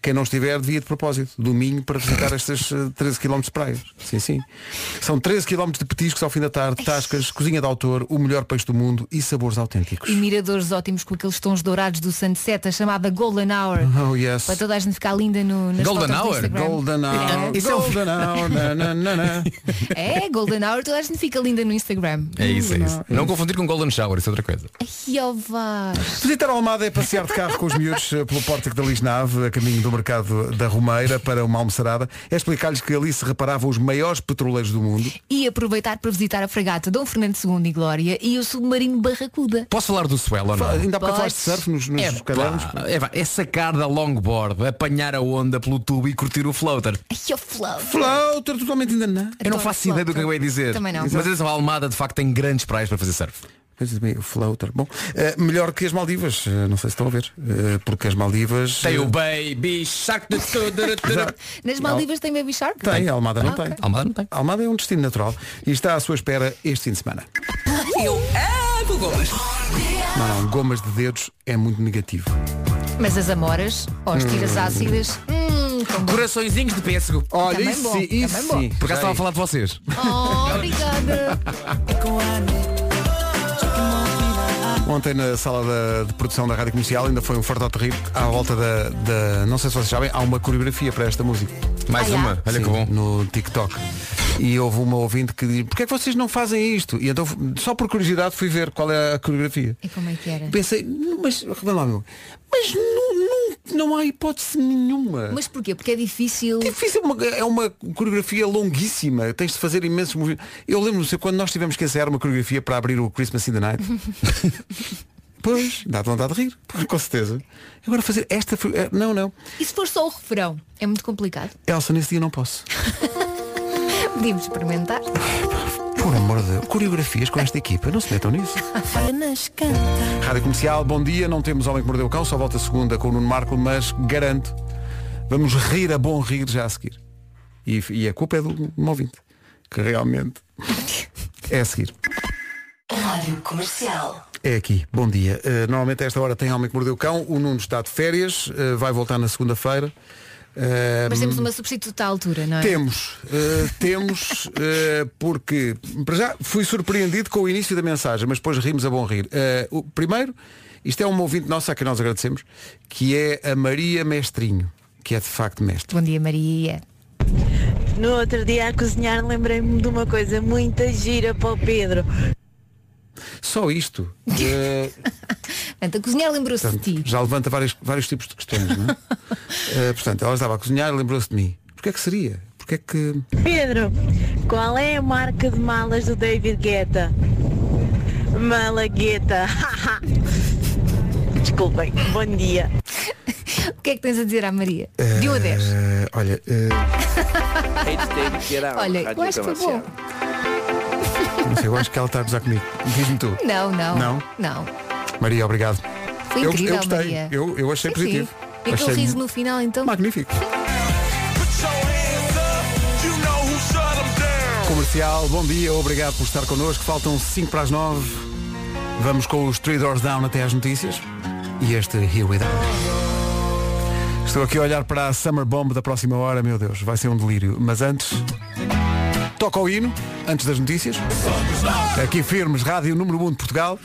Quem não estiver, devia de propósito, domingo, para [LAUGHS] visitar estas eh, 13 km de praias. Sim, sim. São 13 km de petiscos ao fim da tarde, tascas, cozinha de autor, o melhor peixe do mundo e sabores autênticos. E miradores ótimos com aqueles tons dourados do sunset, a chamada Golden Hour. Oh, yes. Para toda a gente ficar linda no, nas fotos Golden do Hour? Instagram. Golden Hour. Isso é um- Golden Hour. na, na, na, na. É, Golden Hour, toda a gente fica linda no Instagram. É isso, é isso Não confundir com Golden Shower, isso é outra coisa Ai, ó vá. Visitar a Almada é passear de carro com os miúdos eh, pelo pórtico da Lisnave, a caminho do mercado da Romeira para uma almoçarada. É explicar-lhes que ali se reparavam os maiores petroleiros do mundo. E aproveitar para visitar a fragata Dom Fernando II e Glória e o submarino Barracuda. Posso falar do swell ou não? Pá, Ainda há bocado Podes. falaste de surf nos, nos É, cadernos. pá, é, pá, é sacar da longboard, apanhar a onda pelo tubo e curtir o floater. Ai, ó flow. Flauta, totalmente ainda não. Eu não Adoro faço ideia do que floater. eu ia dizer. Também não. Mas atenção, a Almada de facto tem grandes praias para fazer surf. Coisas meio Flauta. Bom, eh, melhor que as Maldivas. eh, não sei se estão a ver. eh, porque as Maldivas. Tem eh, o baby [LAUGHS] shark de tudo. Nas Maldivas tem Baby Shark? Tem, é a Almada não Ah, tem. ok. Almada não tem. Almada é um destino natural e está à sua espera este fim de semana. Eu amo gomas. Não, não, gomas de dedos é muito negativo. Mas as amoras, ou as tiras ácidas, hum, tão [LAUGHS] bom. Coraçõezinhos de pêssego. Olha, Também isso bom, sim, isso também bom. sim. Por acaso estava a falar de vocês. Oh, obrigada. Ontem na sala da- de produção da Rádio Comercial ainda foi um fartote rir à volta da, da- Não sei se vocês sabem, há uma coreografia para esta música. Mais Ah, já? uma, olha Sim, que bom. No TikTok. E houve uma ouvinte que diz, porquê é que vocês não fazem isto? E então, só por curiosidade, fui ver qual é a coreografia. E como é que era? Pensei, mas, revela lá, meu, mas não, não, não há hipótese nenhuma. Mas porquê? Porque é difícil. Difícil, uma- é uma coreografia longuíssima, tens de fazer imensos movimentos. Eu lembro-me sei, quando nós tivemos que ensaiar uma coreografia para abrir o Christmas in the [LAUGHS] Night. pois, dá-te vontade de rir, com certeza. Agora fazer esta. fre- eh, Não, não. E se for só o refrão? É muito complicado. [LAUGHS] Elsa, nesse dia não posso. Podíamos experimentar. Por amor de Deus, coreografias com esta equipa, não se metam nisso. Rádio Comercial, bom dia, não temos Homem que Mordeu o Cão, só volta segunda com o Nuno Marco, mas garanto, vamos rir a bom rir já a seguir. E, e a culpa é do do ouvinte, que realmente é a seguir. Rádio Comercial. É aqui, bom dia. Eh, normalmente a esta hora tem Homem que Mordeu o Cão, o Nuno está de férias, eh, vai voltar na segunda-feira. Eh, Mas Hum. temos uma substituta à altura, não é? temos, eh, temos, eh, porque, para já, fui surpreendido com o início da mensagem, mas depois rimos a bom rir. Eh, o, primeiro, isto é uma ouvinte nossa a quem nós agradecemos, que é a Maria Mestrinho, que é de facto mestre. Bom dia, Maria. No outro dia a cozinhar lembrei-me de uma coisa muito gira para o Pedro. Só isto eh, Portanto, a cozinhar lembrou-se de ti. já levanta vários, vários tipos de questões, não é? Eh, portanto, ela estava a cozinhar e lembrou-se de mim. Porquê é que seria? Porquê é que. Pedro, qual é a marca de malas do David Guetta? Malagueta. [LAUGHS] Desculpem, bom dia. O que é que tens a dizer à Maria? De é? 1 a 10. Eh, olha, eh, Olha, eu acho que foi bom. não sei, eu acho que ela está a gozar comigo. Diz-me tu. Não, não. Não? Não. Maria, obrigado. Foi Eu- incrível, eu gostei. Maria. Eu- eu achei Sim, positivo. sim. E aquele Achei riso no final, então? Magnífico. Comercial, bom dia, obrigado por estar connosco. Faltam 5 para as 9. Vamos com os Three Doors Down até às notícias. E este Here We Go. Estou aqui a olhar para a Summer Bomb da próxima hora, meu Deus, vai ser um delírio. Mas antes, toca o hino, antes das notícias. Aqui firmes, Rádio Número 1 de Portugal.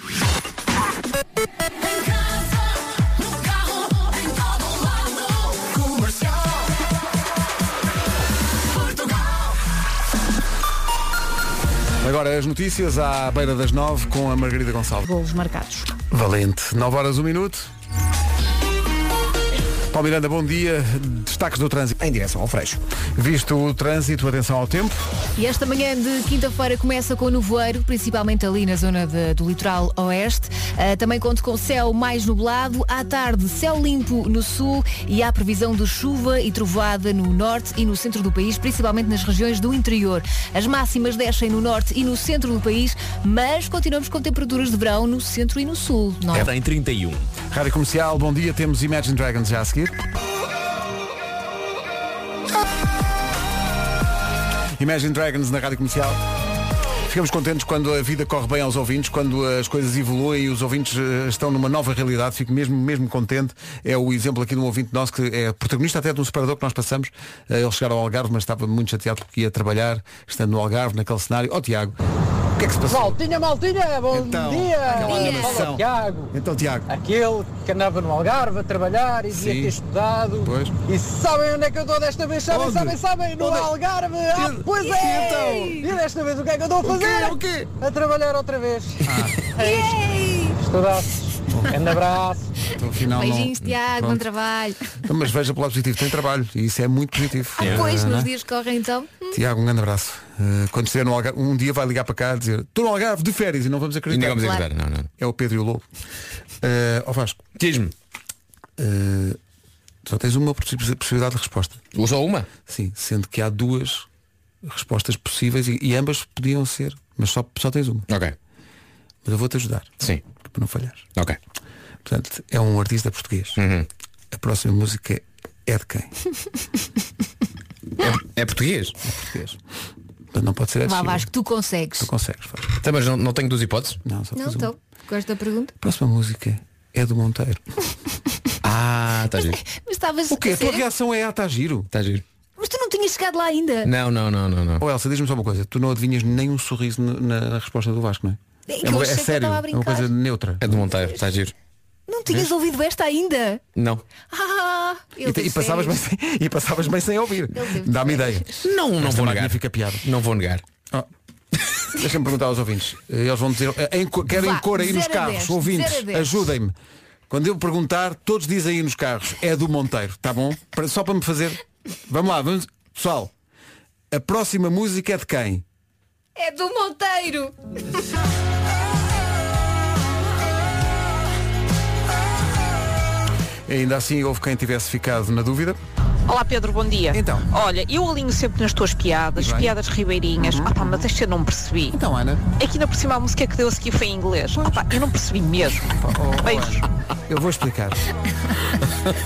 Agora as notícias à beira das 9 com a Margarida Gonçalves. Golos marcados. Valente. 9 horas, 1 minuto. Paulo Miranda, bom dia. Destaques do trânsito. Em direção ao Freixo. Visto o trânsito, atenção ao tempo. E esta manhã de quinta-feira começa com nevoeiro, principalmente ali na zona de- do litoral oeste. Ah, também conto com céu mais nublado. À tarde, céu limpo no sul e há previsão de chuva e trovoada no norte e no centro do país, principalmente nas regiões do interior. As máximas descem no norte e no centro do país, mas continuamos com temperaturas de verão no centro e no sul. Não é? Tem 31. Rádio Comercial, bom dia. Temos Imagine Dragons já a seguir. Imagine Dragons na Rádio Comercial. Ficamos contentes quando a vida corre bem aos ouvintes, quando as coisas evoluem e os ouvintes eh, estão numa nova realidade. Fico mesmo, mesmo contente. É o exemplo aqui de um ouvinte nosso que é protagonista até de um separador que nós passamos. Eh, Ele chegaram ao Algarve, mas estava muito chateado porque ia trabalhar, estando no Algarve, naquele cenário. Ó Tiago, o que é que se passou? Maltinha, maltinha, bom Então, dia. aquela Bom dia. animação. Tiago, Então, Tiago. aquele que andava no Algarve a trabalhar e Sim. devia ter estudado. Pois. E sabem onde é que eu estou desta vez? Sabem, Onde? sabem, sabem? No Onde é? Algarve! Ah, E- pois e é! então? E desta vez o que é que eu estou a O quê? fazer? O quê? Ah. A trabalhar outra vez. É isto. Estudaços. Grande abraço. Então, afinal, não- Beijinhos, Tiago, bom Pronto. trabalho. Então, Mas veja pelo positivo, tem trabalho e isso é muito positivo. Ah, pois, Eh, não é? nos dias que correm então. Tiago, um grande abraço. Eh, quando estiver no Algarve, um [LAUGHS] dia vai ligar para cá e dizer estou no Algarve de férias e não vamos E acreditar. nem vamos Claro. ajudar. Não, não. É o Pedro e o Lobo. Eh, Ó Vasco, Diz-me. eh, só tens uma possi- possibilidade de resposta. Usou uma? Sim, sendo que há duas respostas possíveis e, e ambas podiam ser, mas só, só tens uma. Ok. Mas eu vou-te ajudar. Sim. Para não falhares. Ok. Portanto, é um artista português. A próxima música é de quem? É, é português? Português. Portanto, não pode ser Ed Vá, Sheeran. Vasco, tu consegues. Tu consegues, Vasco. Então, mas não, não tenho duas hipóteses? Não, só Não, tens uma. então, gosto da pergunta. A próxima música é do Monteiro. Ah, está [LAUGHS] giro. [LAUGHS] Mas estavas O quê? a A tua sério? reação é ah, está giro. Está Tá giro. Mas tu não tinhas chegado lá ainda. Não, não, não, não, não. um Ou Elsa, diz-me só uma coisa, tu não adivinhas nenhum sorriso na, na resposta do Vasco, não é? É que É, eu uma- é achei que eu sério, estava a é uma brincar. coisa neutra. É de montar, está giro. Não tinhas ouvido esta ainda? Não. Ah, E, ele te- e disse é passavas bem, sério. e passavas bem sem ouvir. teve Dá-me ideia. Não, não Esta vou negar. magnífica piada. Não vou negar. [LAUGHS] Deixa-me perguntar aos ouvintes. Eles vão dizer, eh, em, co- querem Vá, cor aí nos zero a carros. dez, ouvintes, zero a dez. ajudem-me. Quando eu perguntar, todos dizem aí nos carros, é do Monteiro, tá bom? Para- só para me fazer. Vamos lá, vamos. Pessoal, a próxima música é de quem? É do Monteiro. Ainda assim houve quem tivesse ficado na dúvida. Olá Pedro, bom dia. Então. Olha, eu alinho sempre nas tuas piadas, E bem. Uhum. piadas ribeirinhas. Ah pá, mas esta eu não percebi. Então, Ana. Aqui na próxima a música que deu a seguir foi em inglês. Ah pá, eu não percebi mesmo. oh, Beijos. Eu vou explicar.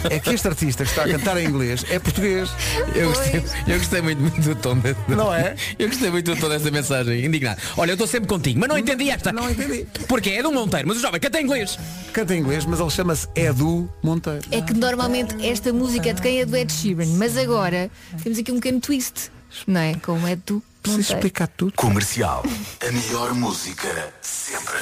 É que este artista que está a cantar em inglês é português. Eu gostei, eu gostei muito, muito do tom de- Não é? [LAUGHS] Eu gostei muito do tom dessa mensagem, indignado. Olha, eu estou sempre contigo, mas não entendi esta. Não entendi. Porque é do Monteiro, mas o jovem canta em inglês. Canta em inglês, mas ele chama-se Edu Monteiro. É que normalmente esta música é de quem é do Ed Sheeran, mas agora temos aqui um pequeno twist, não é? Como é do Preciso Monteiro. explicar tudo. Comercial. A melhor música sempre.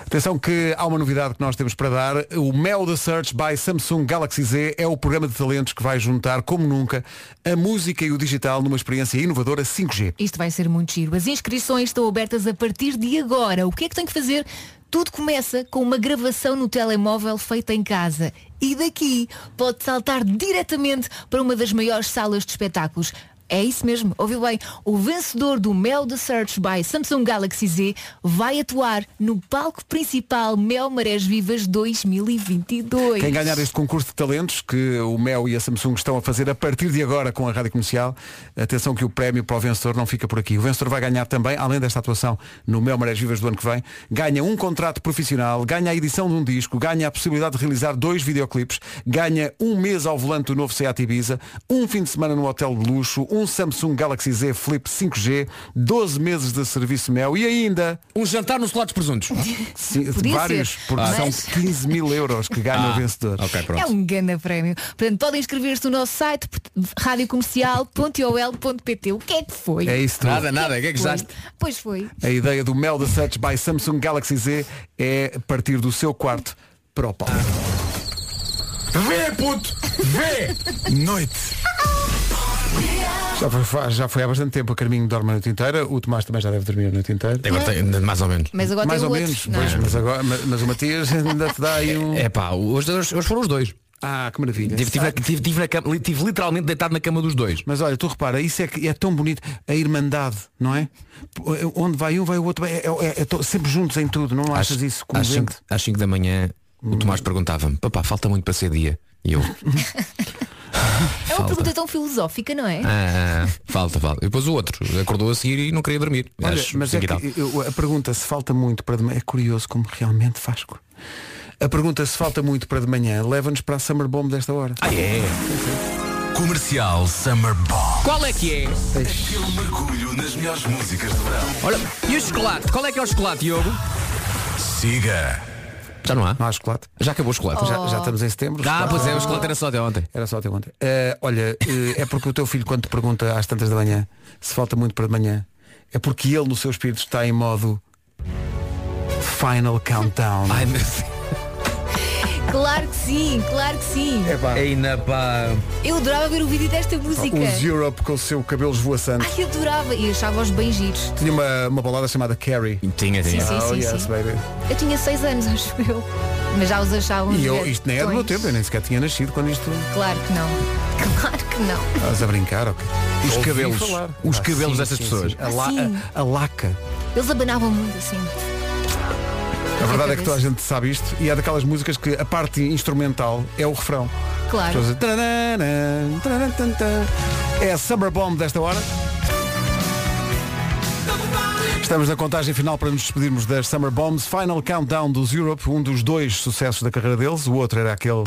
Atenção que há uma novidade que nós temos para dar. O Mel The Search by Samsung Galaxy Z é o programa de talentos que vai juntar, como nunca, a música e o digital numa experiência inovadora 5G. Isto vai ser muito giro. As inscrições estão abertas a partir de agora. O que é que tem que fazer? Tudo começa com uma gravação no telemóvel feita em casa. E daqui pode saltar diretamente para uma das maiores salas de espetáculos. É isso mesmo, ouviu bem? O vencedor do Mel The Search by Samsung Galaxy Z vai atuar no palco principal Mel Marés Vivas 2022. Quem ganhar este concurso de talentos que o Mel e a Samsung estão a fazer a partir de agora com a Rádio Comercial, atenção que o prémio para o vencedor não fica por aqui. O vencedor vai ganhar também, além desta atuação no Mel Marés Vivas do ano que vem, ganha um contrato profissional, ganha a edição de um disco, ganha a possibilidade de realizar dois videoclipes, ganha um mês ao volante do novo Seat Ibiza, um fim de semana no hotel de luxo, um Samsung Galaxy Z Flip 5G, 12 meses de serviço Mel e ainda Um jantar nos lados presuntos. sim, Podia vários, ser, porque Ah. são mas- 15 mil euros que ganha o vencedor. Ah, Ok, É pronto. um grande prémio. Portanto, podem inscrever-se no nosso site port- radiocomercial.ol.pt. O que é que foi? É isso tudo. Nada, nada, o que é que Foi. gostaste? Pois foi. A ideia do Mel da Search by Samsung Galaxy Z é partir do seu quarto para o palco. Vê, puto! Vê! Noite. Já foi, faz- já foi há bastante tempo, a Carminho dorme a noite inteira, o Tomás também já deve dormir a noite inteira. Agora tem- um- mais ou menos. Mas agora Mais tem ou outros. menos, não é? pois, mas, agora, mas, mas o Matias ainda te dá aí um... É pá, hoje, hoje foram os dois. Ah, que maravilha. Tive, tive, na- tive- tive na cama- li- tive literalmente deitado na cama dos dois. Mas olha, tu repara, isso é, que é tão bonito, a irmandade, não é? P- Onde vai um, vai o outro, é, é, é- é to- sempre juntos em tudo, não achas Às- isso às comovente? 5, às 5 da manhã o Hum. Tomás perguntava-me, papá, falta muito para ser dia. E [LAUGHS] eu, É uma Falta. pergunta tão filosófica, não é? ah, falta, falta. E depois o outro acordou a seguir e não queria dormir. Olha, Às mas é cinco e tal. que eu- a pergunta se falta muito para de manhã, é curioso como realmente faz. co- A pergunta se falta muito para de manhã leva-nos para a Summer Bomb desta hora. Ah, é. Comercial Summer Bomb. Qual é que é? Aquele mergulho nas melhores músicas de verão. Olha, e o chocolate? Qual é que é o chocolate, Diogo? Siga. Já não há? Não há chocolate. Já acabou o chocolate. Então Já, já estamos em setembro. Ah, Chocolate. pois é, o chocolate era só até ontem. Era só até ontem. Eh, olha, eh, é porque o teu filho quando te pergunta às tantas da manhã se falta muito para de manhã, é porque ele no seu espírito está em modo Final Countdown. Ai, meu Ah. Claro que sim, claro que sim. Epá, É Ainda pá. Eu adorava ver o vídeo desta música. os Europe com o seu cabelo esvoaçante. Ai, eu adorava. E achava os bem giros. Tinha uma, uma balada chamada Carrie. Tinha, Sim, tinha. sim, oh sim, yes, sim. baby. Eu tinha seis anos, [LAUGHS] acho eu. Mas já os achavam. E eu, isto nem é do meu tempo, eu nem sequer tinha nascido quando isto. Claro que não. Claro que não. Estás a brincar, ok. Os Ouvi cabelos. falar. Ah, Os cabelos dessas pessoas. A, la- Sim. a- a laca. Eles abanavam muito assim. A verdade é que toda a gente sabe isto e é daquelas músicas que a parte instrumental é o refrão. As Claro. pessoas dizem, "Tanana, tanana, tanana". É a Summer Bomb desta hora. Estamos na contagem final para nos despedirmos das Summer Bombs Final Countdown dos Europe, um dos dois sucessos da carreira deles, o outro era aquele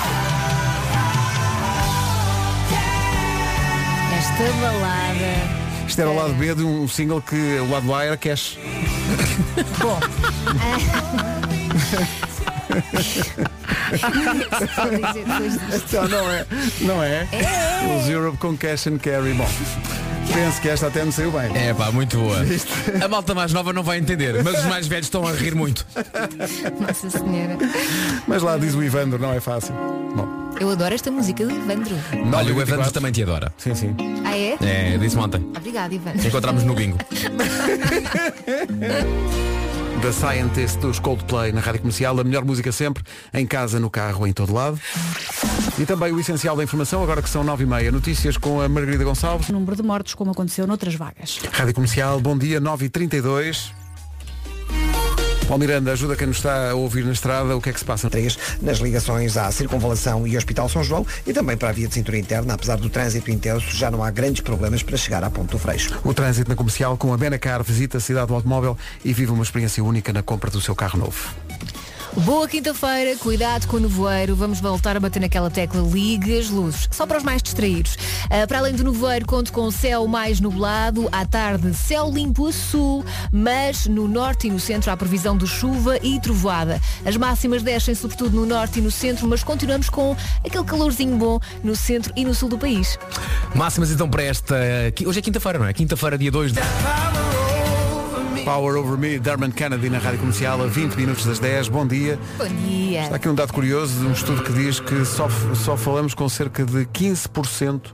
Esta balada. Isto era o lado B de um single que o lado A era cash. então, não é? Não é? É. Os Europe com Cash and Carry. Bom, penso que esta até me saiu bem. É pá, muito boa. A malta mais nova não vai entender, mas os mais velhos estão a rir muito. Nossa Senhora. Mas lá diz o Ivandro, não é fácil. Bom, Eu adoro esta música do Ivandro. Olha, o Evandro também te adora. Sim, sim. Ah, é? É, disse ontem. Obrigada, Ivandro. Encontramos no bingo. The Scientist dos Coldplay na Rádio Comercial, a melhor música sempre, em casa, no carro, em todo lado. E também o essencial da informação, agora que são nove e meia. Notícias com a Margarida Gonçalves. Número de mortos, como aconteceu noutras vagas. Rádio Comercial, bom dia, 9h32. Paulo Miranda, ajuda quem nos está a ouvir na estrada, o que é que se passa? Três, nas ligações à Circunvalação e Hospital São João e também para a via de cintura interna, apesar do trânsito intenso, já não há grandes problemas para chegar à Ponte do Freixo. O trânsito na comercial com a Benacar visita a cidade do automóvel e vive uma experiência única na compra do seu carro novo. Boa quinta-feira, cuidado com o nevoeiro. Vamos voltar a bater naquela tecla ligue as luzes, só para os mais distraídos. Ah, para além do nevoeiro, conto com céu mais nublado, à tarde céu limpo a sul, mas no norte e no centro há previsão de chuva e trovoada. As máximas descem sobretudo no norte e no centro, mas continuamos com aquele calorzinho bom no centro e no sul do país. Máximas então para esta. qui- Hoje é quinta-feira, não é? Quinta-feira, dia 2 de. Power Over Me, Dermot Kennedy na Rádio Comercial, a 20 minutos das 10. Bom dia. Bom dia. Há aqui um dado curioso de um estudo que diz que só, só falamos com cerca de 15%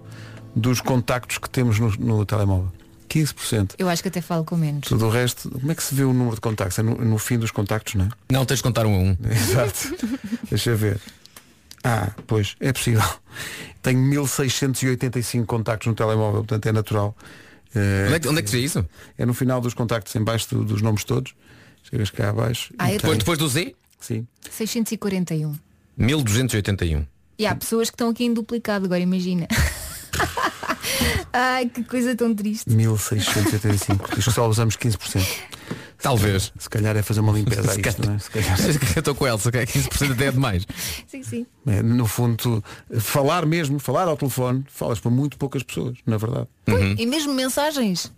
dos contactos que temos no, no telemóvel. 15%. Eu acho que até falo com menos. Tudo o resto, como é que se vê o número de contactos? É no, no fim dos contactos, não é? [LAUGHS] Não, tens de contar um a um. Exato. Deixa eu ver. Ah, pois, é possível. [LAUGHS] Tenho 1685 contactos no telemóvel, portanto é natural. Eh, Onde é que- onde é que se vê isso? É no final dos contactos, em baixo do- dos nomes todos. Chegas cá abaixo. Ah, eu Depois, tenho. depois do Z? Sim. 641. 1281. E há pessoas que estão aqui em duplicado agora, [LAUGHS] imagina. Ai, que coisa tão triste. 1685. Diz que só usamos 15%. Talvez. [LAUGHS] Se calhar é fazer uma limpeza a Se isto, calhar- não é? Se calhar. Eu estou com ela, só que é 15% até é demais. Sim, sim. É, No fundo, tu, eh, falar mesmo, falar ao telefone, falas para muito poucas pessoas, na verdade. E mesmo mensagens.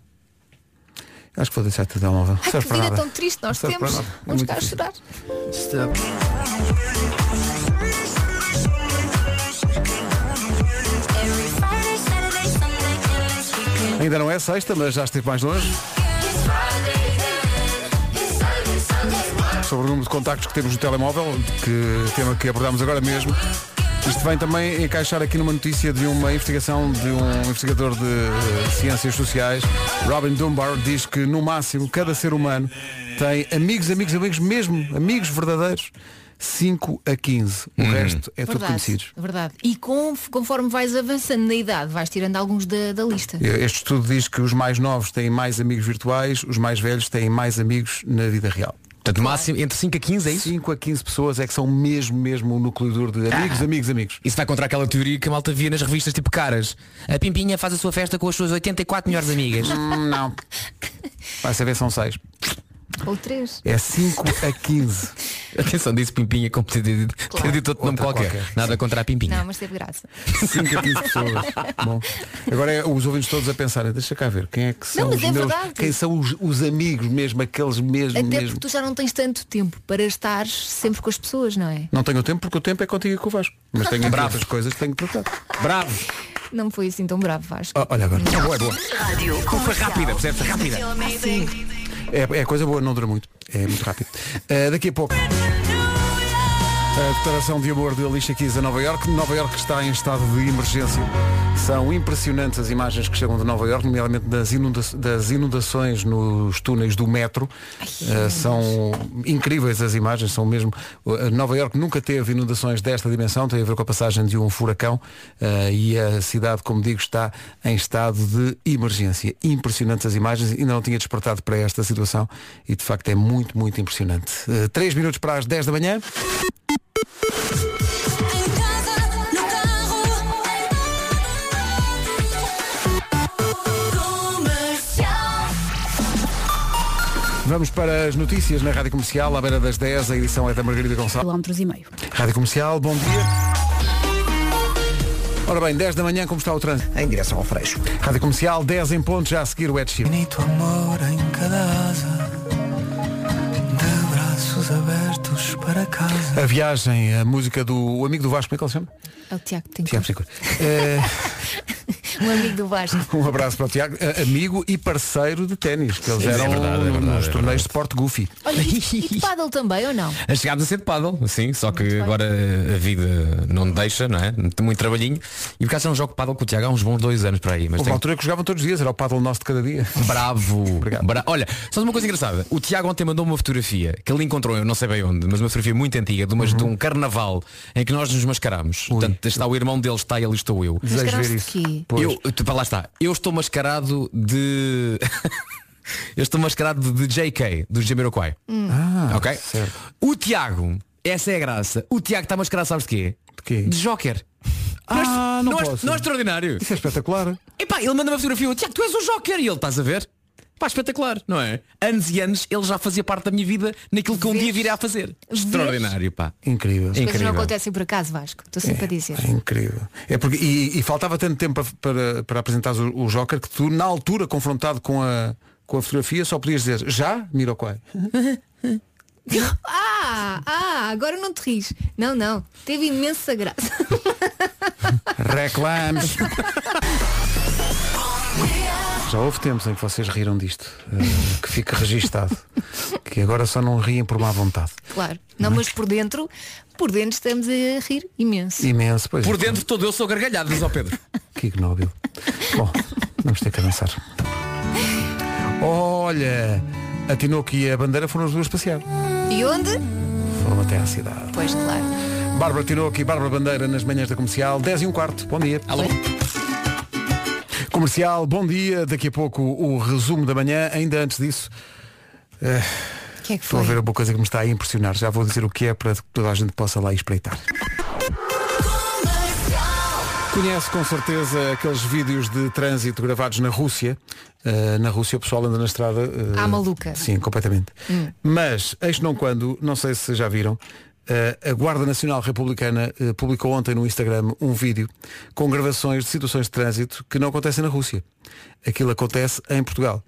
Acho que vou deixar-te dar uma Ai, que vida tão triste nós Serve para temos. nada. É Vamos muito cá a difícil. chorar. Ainda não é sexta, mas já esteve mais longe. Sobre o número de contactos que temos no telemóvel, que tema que abordámos agora mesmo. Isto vem também encaixar aqui numa notícia de uma investigação de um investigador de eh, ciências sociais, Robin Dunbar, diz que no máximo cada ser humano tem amigos, amigos, amigos, mesmo amigos verdadeiros, 5 a 15. O resto é tudo verdade, conhecidos. Verdade. E com- conforme vais avançando na idade, vais tirando alguns da, da lista. Este estudo diz que os mais novos têm mais amigos virtuais, os mais velhos têm mais amigos na vida real. Portanto, máximo entre 5 a 15 é isso? 5 a 15 pessoas é que são mesmo, mesmo o núcleo duro de amigos, amigos, amigos. Isso vai contra aquela teoria que a malta via nas revistas tipo caras. A Pimpinha faz a sua festa com as suas 84 melhores amigas. Hum, não. Vai saber, são 6. Ou três. É 5 a 15. Atenção, disse Pimpinha como ter dito, ter dito outro nome qualquer. Nada contra a Pimpinha. Não, mas teve graça. 5 a 15 pessoas. Bom, agora é os ouvintes todos a pensarem, deixa cá ver, quem é que são mas os é meus, verdade. quem são os, os amigos mesmo, aqueles mesmo, Até mesmo. porque tu já não tens tanto tempo para estares sempre com as pessoas, não é? Não tenho tempo porque o tempo é contigo e com o Vasco. Mas tenho [LAUGHS] aqui outras coisas que tenho que tratar. Bravo! Não foi assim tão bravo, Vasco. Ah, olha agora. Não. Boa, boa. Rádio Foi rápida, percebes? Rápida. Ah, É, é coisa boa, não dura muito. É muito rápido. Uh, daqui a pouco. A declaração de amor de Alicia Keys a Nova York. Nova York está em estado de emergência. São impressionantes as imagens que chegam de Nova York, nomeadamente das, inunda- das inundações nos túneis do metro. Uh, são incríveis as imagens, são mesmo. uh, Nova York nunca teve inundações desta dimensão, tem a ver com a passagem de um furacão uh, e a cidade, como digo, está em estado de emergência. Impressionantes as imagens, ainda não tinha despertado para esta situação e de facto é muito, muito impressionante. Uh, Três minutos para as 10 da manhã. Vamos para as notícias na Rádio Comercial, à beira das 10, a edição é da Margarida Gonçalves. Quilómetros e meio. Rádio Comercial, bom dia. Ora bem, 10 da manhã, como está o trânsito? Em direção ao Freixo. Rádio Comercial, 10 em ponto, já a seguir o Ed Sheeran. amor em cada asa, de braços abertos para para casa. A viagem, a música do o amigo do Vasco, como é que ele se chama? É o Tiago que tem Tiago Eh. que Secura. Eh, [LAUGHS] Um amigo do Vasco. um abraço para o Tiago, eh, amigo e parceiro de ténis, que eles Sim, é eram verdade, é verdade, é nos verdade. torneios de Sport Goofy. Olha, e, e [LAUGHS] de paddle também ou não? Chegámos a ser de paddle, sim, só que agora eh, a vida não deixa, não é? Tem muito trabalhinho. E por acaso eu não jogo paddle com o Tiago há uns bons dois anos para aí. Houve Mas uma tenho- altura que jogavam todos os dias, era o paddle nosso de cada dia. Bravo. Bra- Olha, só uma coisa engraçada. O Tiago ontem mandou uma fotografia que ele encontrou, eu não sei bem onde, mas uma fotografia muito antiga de, umas, de um carnaval em que nós nos mascarámos. Portanto, está o irmão dele, está ele e estou eu. Desejo Mascaram-se ver de isso. quê? Pois. Eu, tu- pá, lá está. Eu estou mascarado de. [LAUGHS] eu estou mascarado de JK, do Jamiroquai. Hum. Ah, ok? O Tiago, essa é a graça. O Tiago está mascarado, sabes de quê? De quê? De Joker. Ah, não é- posso. não é extraordinário. Isso é espetacular. Epá, ele manda uma fotografia, Tiago, tu és o Joker e ele, estás a ver? Pá, espetacular, não é? Anos e anos ele já fazia parte da minha vida naquilo que um dia virá a fazer. Vês? Extraordinário, pá. Incrível. As coisas não acontecem por acaso, Vasco. Estou É. sempre a [LAUGHS] dizer. [LAUGHS] Incrível. É porque, e, e faltava tanto tempo para, para, para apresentares o, o Joker que tu, na altura, confrontado com a, com a fotografia, só podias dizer já, Miroquai. Ah, ah, agora não te ris. Não, não. Teve imensa graça. [LAUGHS] Reclames. [LAUGHS] Já houve tempos em que vocês riram disto, eh, que fica [LAUGHS] registado, que agora só não riem por má vontade. Claro. Não, mas por dentro, por dentro estamos a rir imenso. Imenso, pois. é. Por dentro todo eu sou gargalhado, diz ao Pedro. Que ignóbil. Bom, vamos ter que [LAUGHS] avançar. Olha, É, a Tinoco e a Bandeira foram as duas passear. E onde? Foram até à cidade. Pois claro. Bárbara Tinoco e Bárbara Bandeira nas manhãs da comercial, 10 e um quarto. Bom dia. Alô. Comercial, bom dia. Daqui a pouco o resumo da manhã. Ainda antes disso, eh, que é que estou a ver uma coisa que me está a impressionar. Já vou dizer o que é para que toda a gente possa lá espreitar. Conhece com certeza aqueles vídeos de trânsito gravados na Rússia. Eh, na Rússia o pessoal anda na estrada. eh, À Ah, maluca. Sim, completamente. Hum. Mas, eis não quando, não sei se já viram, eh, a Guarda Nacional Republicana eh, publicou ontem no Instagram um vídeo com gravações de situações de trânsito que não acontecem na Rússia. Aquilo acontece em Portugal.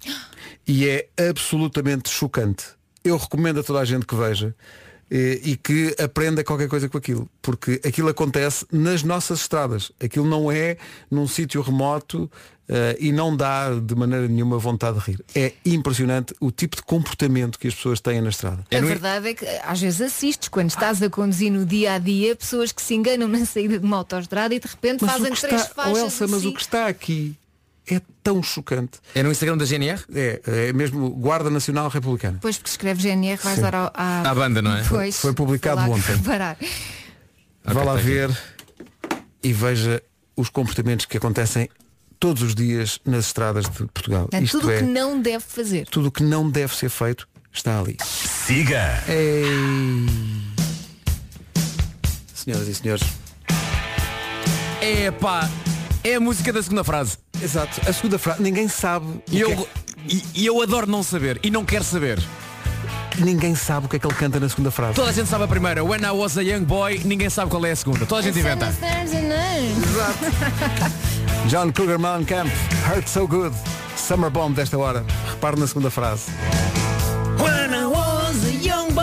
E é absolutamente chocante. Eu recomendo a toda a gente que veja eh, e que aprenda qualquer coisa com aquilo, porque aquilo acontece nas nossas estradas. Aquilo não é num sítio remoto eh, e não dá de maneira nenhuma vontade de rir. É impressionante o tipo de comportamento que as pessoas têm na estrada. a verdade é que às vezes assistes, quando estás a conduzir no dia a dia, pessoas que se enganam na [LAUGHS] saída de uma autoestrada e de repente Mas o fazem que três está- faixas. oh, Elsa, mas assim. o que está aqui é tão chocante. É no Instagram da GNR? É, é mesmo Guarda Nacional Republicana. Depois porque escreve GNR vais Sim. dar ao, à... À banda, não é? Pois, Foi publicado vou lá ontem. [LAUGHS] reparar. Vá lá ver e veja os comportamentos que acontecem todos os dias nas estradas de Portugal. É Isto tudo o é, que não deve fazer. tudo o que não deve ser feito está ali. Siga. Senhoras e senhores. É pá, é a música da segunda frase. Exato, a segunda frase, ninguém sabe. E o que é eu, e, e eu adoro não saber e não quero saber. Ninguém sabe o que é que ele canta na segunda frase. Toda a gente sabe a primeira, When I was a young boy, ninguém sabe qual é a segunda. Toda a gente inventa. John Cougarman Camp, Hurt So Good, Summer Bomb desta hora. Repare na segunda frase. When I was a young boy.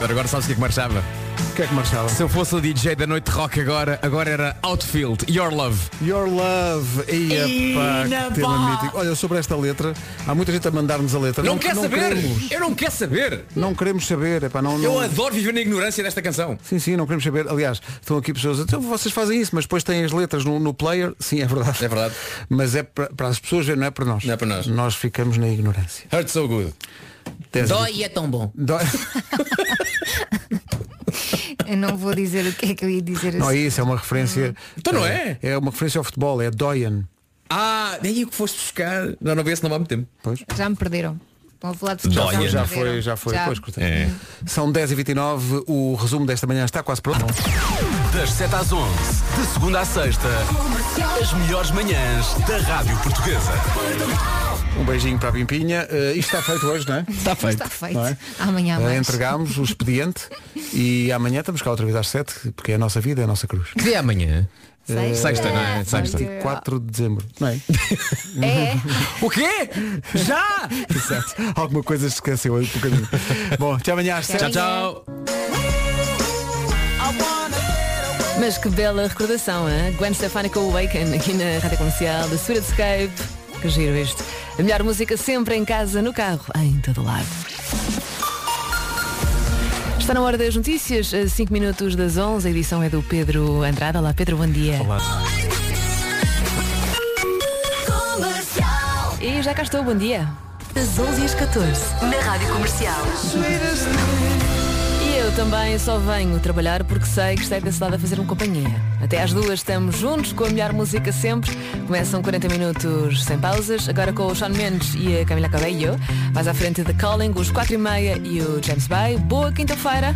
Agora, agora sabes o que é que marchava? O que é que marchava? Se eu fosse o DJ da noite rock agora, agora era Outfield, Your Love. Your Love. E Ina, pá, que tema pá. mítico. Olha, sobre esta letra, há muita gente a mandar-nos a letra. Não, quer saber! queremos. Eu não quero saber! Não queremos saber, epá, não, Eu não- adoro viver na ignorância desta canção. Sim, sim, não queremos saber. Aliás, estão aqui pessoas, então vocês fazem isso, mas depois têm as letras no, no player. Sim, é verdade. É verdade. Mas é para para as pessoas verem, não é para nós. Não é para nós. Nós ficamos na ignorância. Hurt so good. Tens- e é tão bom. [LAUGHS] Dói. Eu não vou dizer o que é que eu ia dizer Não é assim. isso, é uma referência. Então não é? É uma referência ao futebol, é Doyen. Ah, daí o que foste buscar. Não, não vê se não há muito tempo. Pois. Já me perderam. Estão a falar de futebol, Já, me já perderam. foi, já foi. Já. Pois, cortei. São 10h29, o resumo desta manhã está quase pronto. Das 7 às 11, de segunda à sexta, as melhores manhãs da Rádio Portuguesa. Um beijinho para a Pimpinha. Eh, isto está feito hoje, não é? Está feito. Está feito. Não é? Amanhã há Eh, mais. entregámos o expediente e amanhã estamos cá outra vez às 7, porque é a nossa vida, é a nossa cruz. Que dia é amanhã? Eh, Sexta, não é? Sexta. 24 de dezembro. [LAUGHS] Não é? É? o quê? Já? Exato. Alguma coisa se esqueceu aí por caminho. Bom, até amanhã às Até 7. amanhã. Mas que bela recordação, hein? Gwen Stefani com Awaken aqui na rádio comercial da Sura Escape. Que giro este. A melhor música sempre em casa, no carro, em todo lado. Está na hora das notícias, a 5 minutos das 11. A edição é do Pedro Andrade. Olá, Pedro, bom dia. Olá. E já cá estou, bom dia. Das 11 às 14, na rádio comercial. E eu também só venho trabalhar porque sei que está desse lado a fazer-me companhia. Até às duas estamos juntos com a melhor música sempre. Começam 40 minutos sem pausas, agora com o Sean Mendes e a Camila Cabello. Mais à frente The Calling, os 4 e meia e o James Bay. Boa quinta-feira.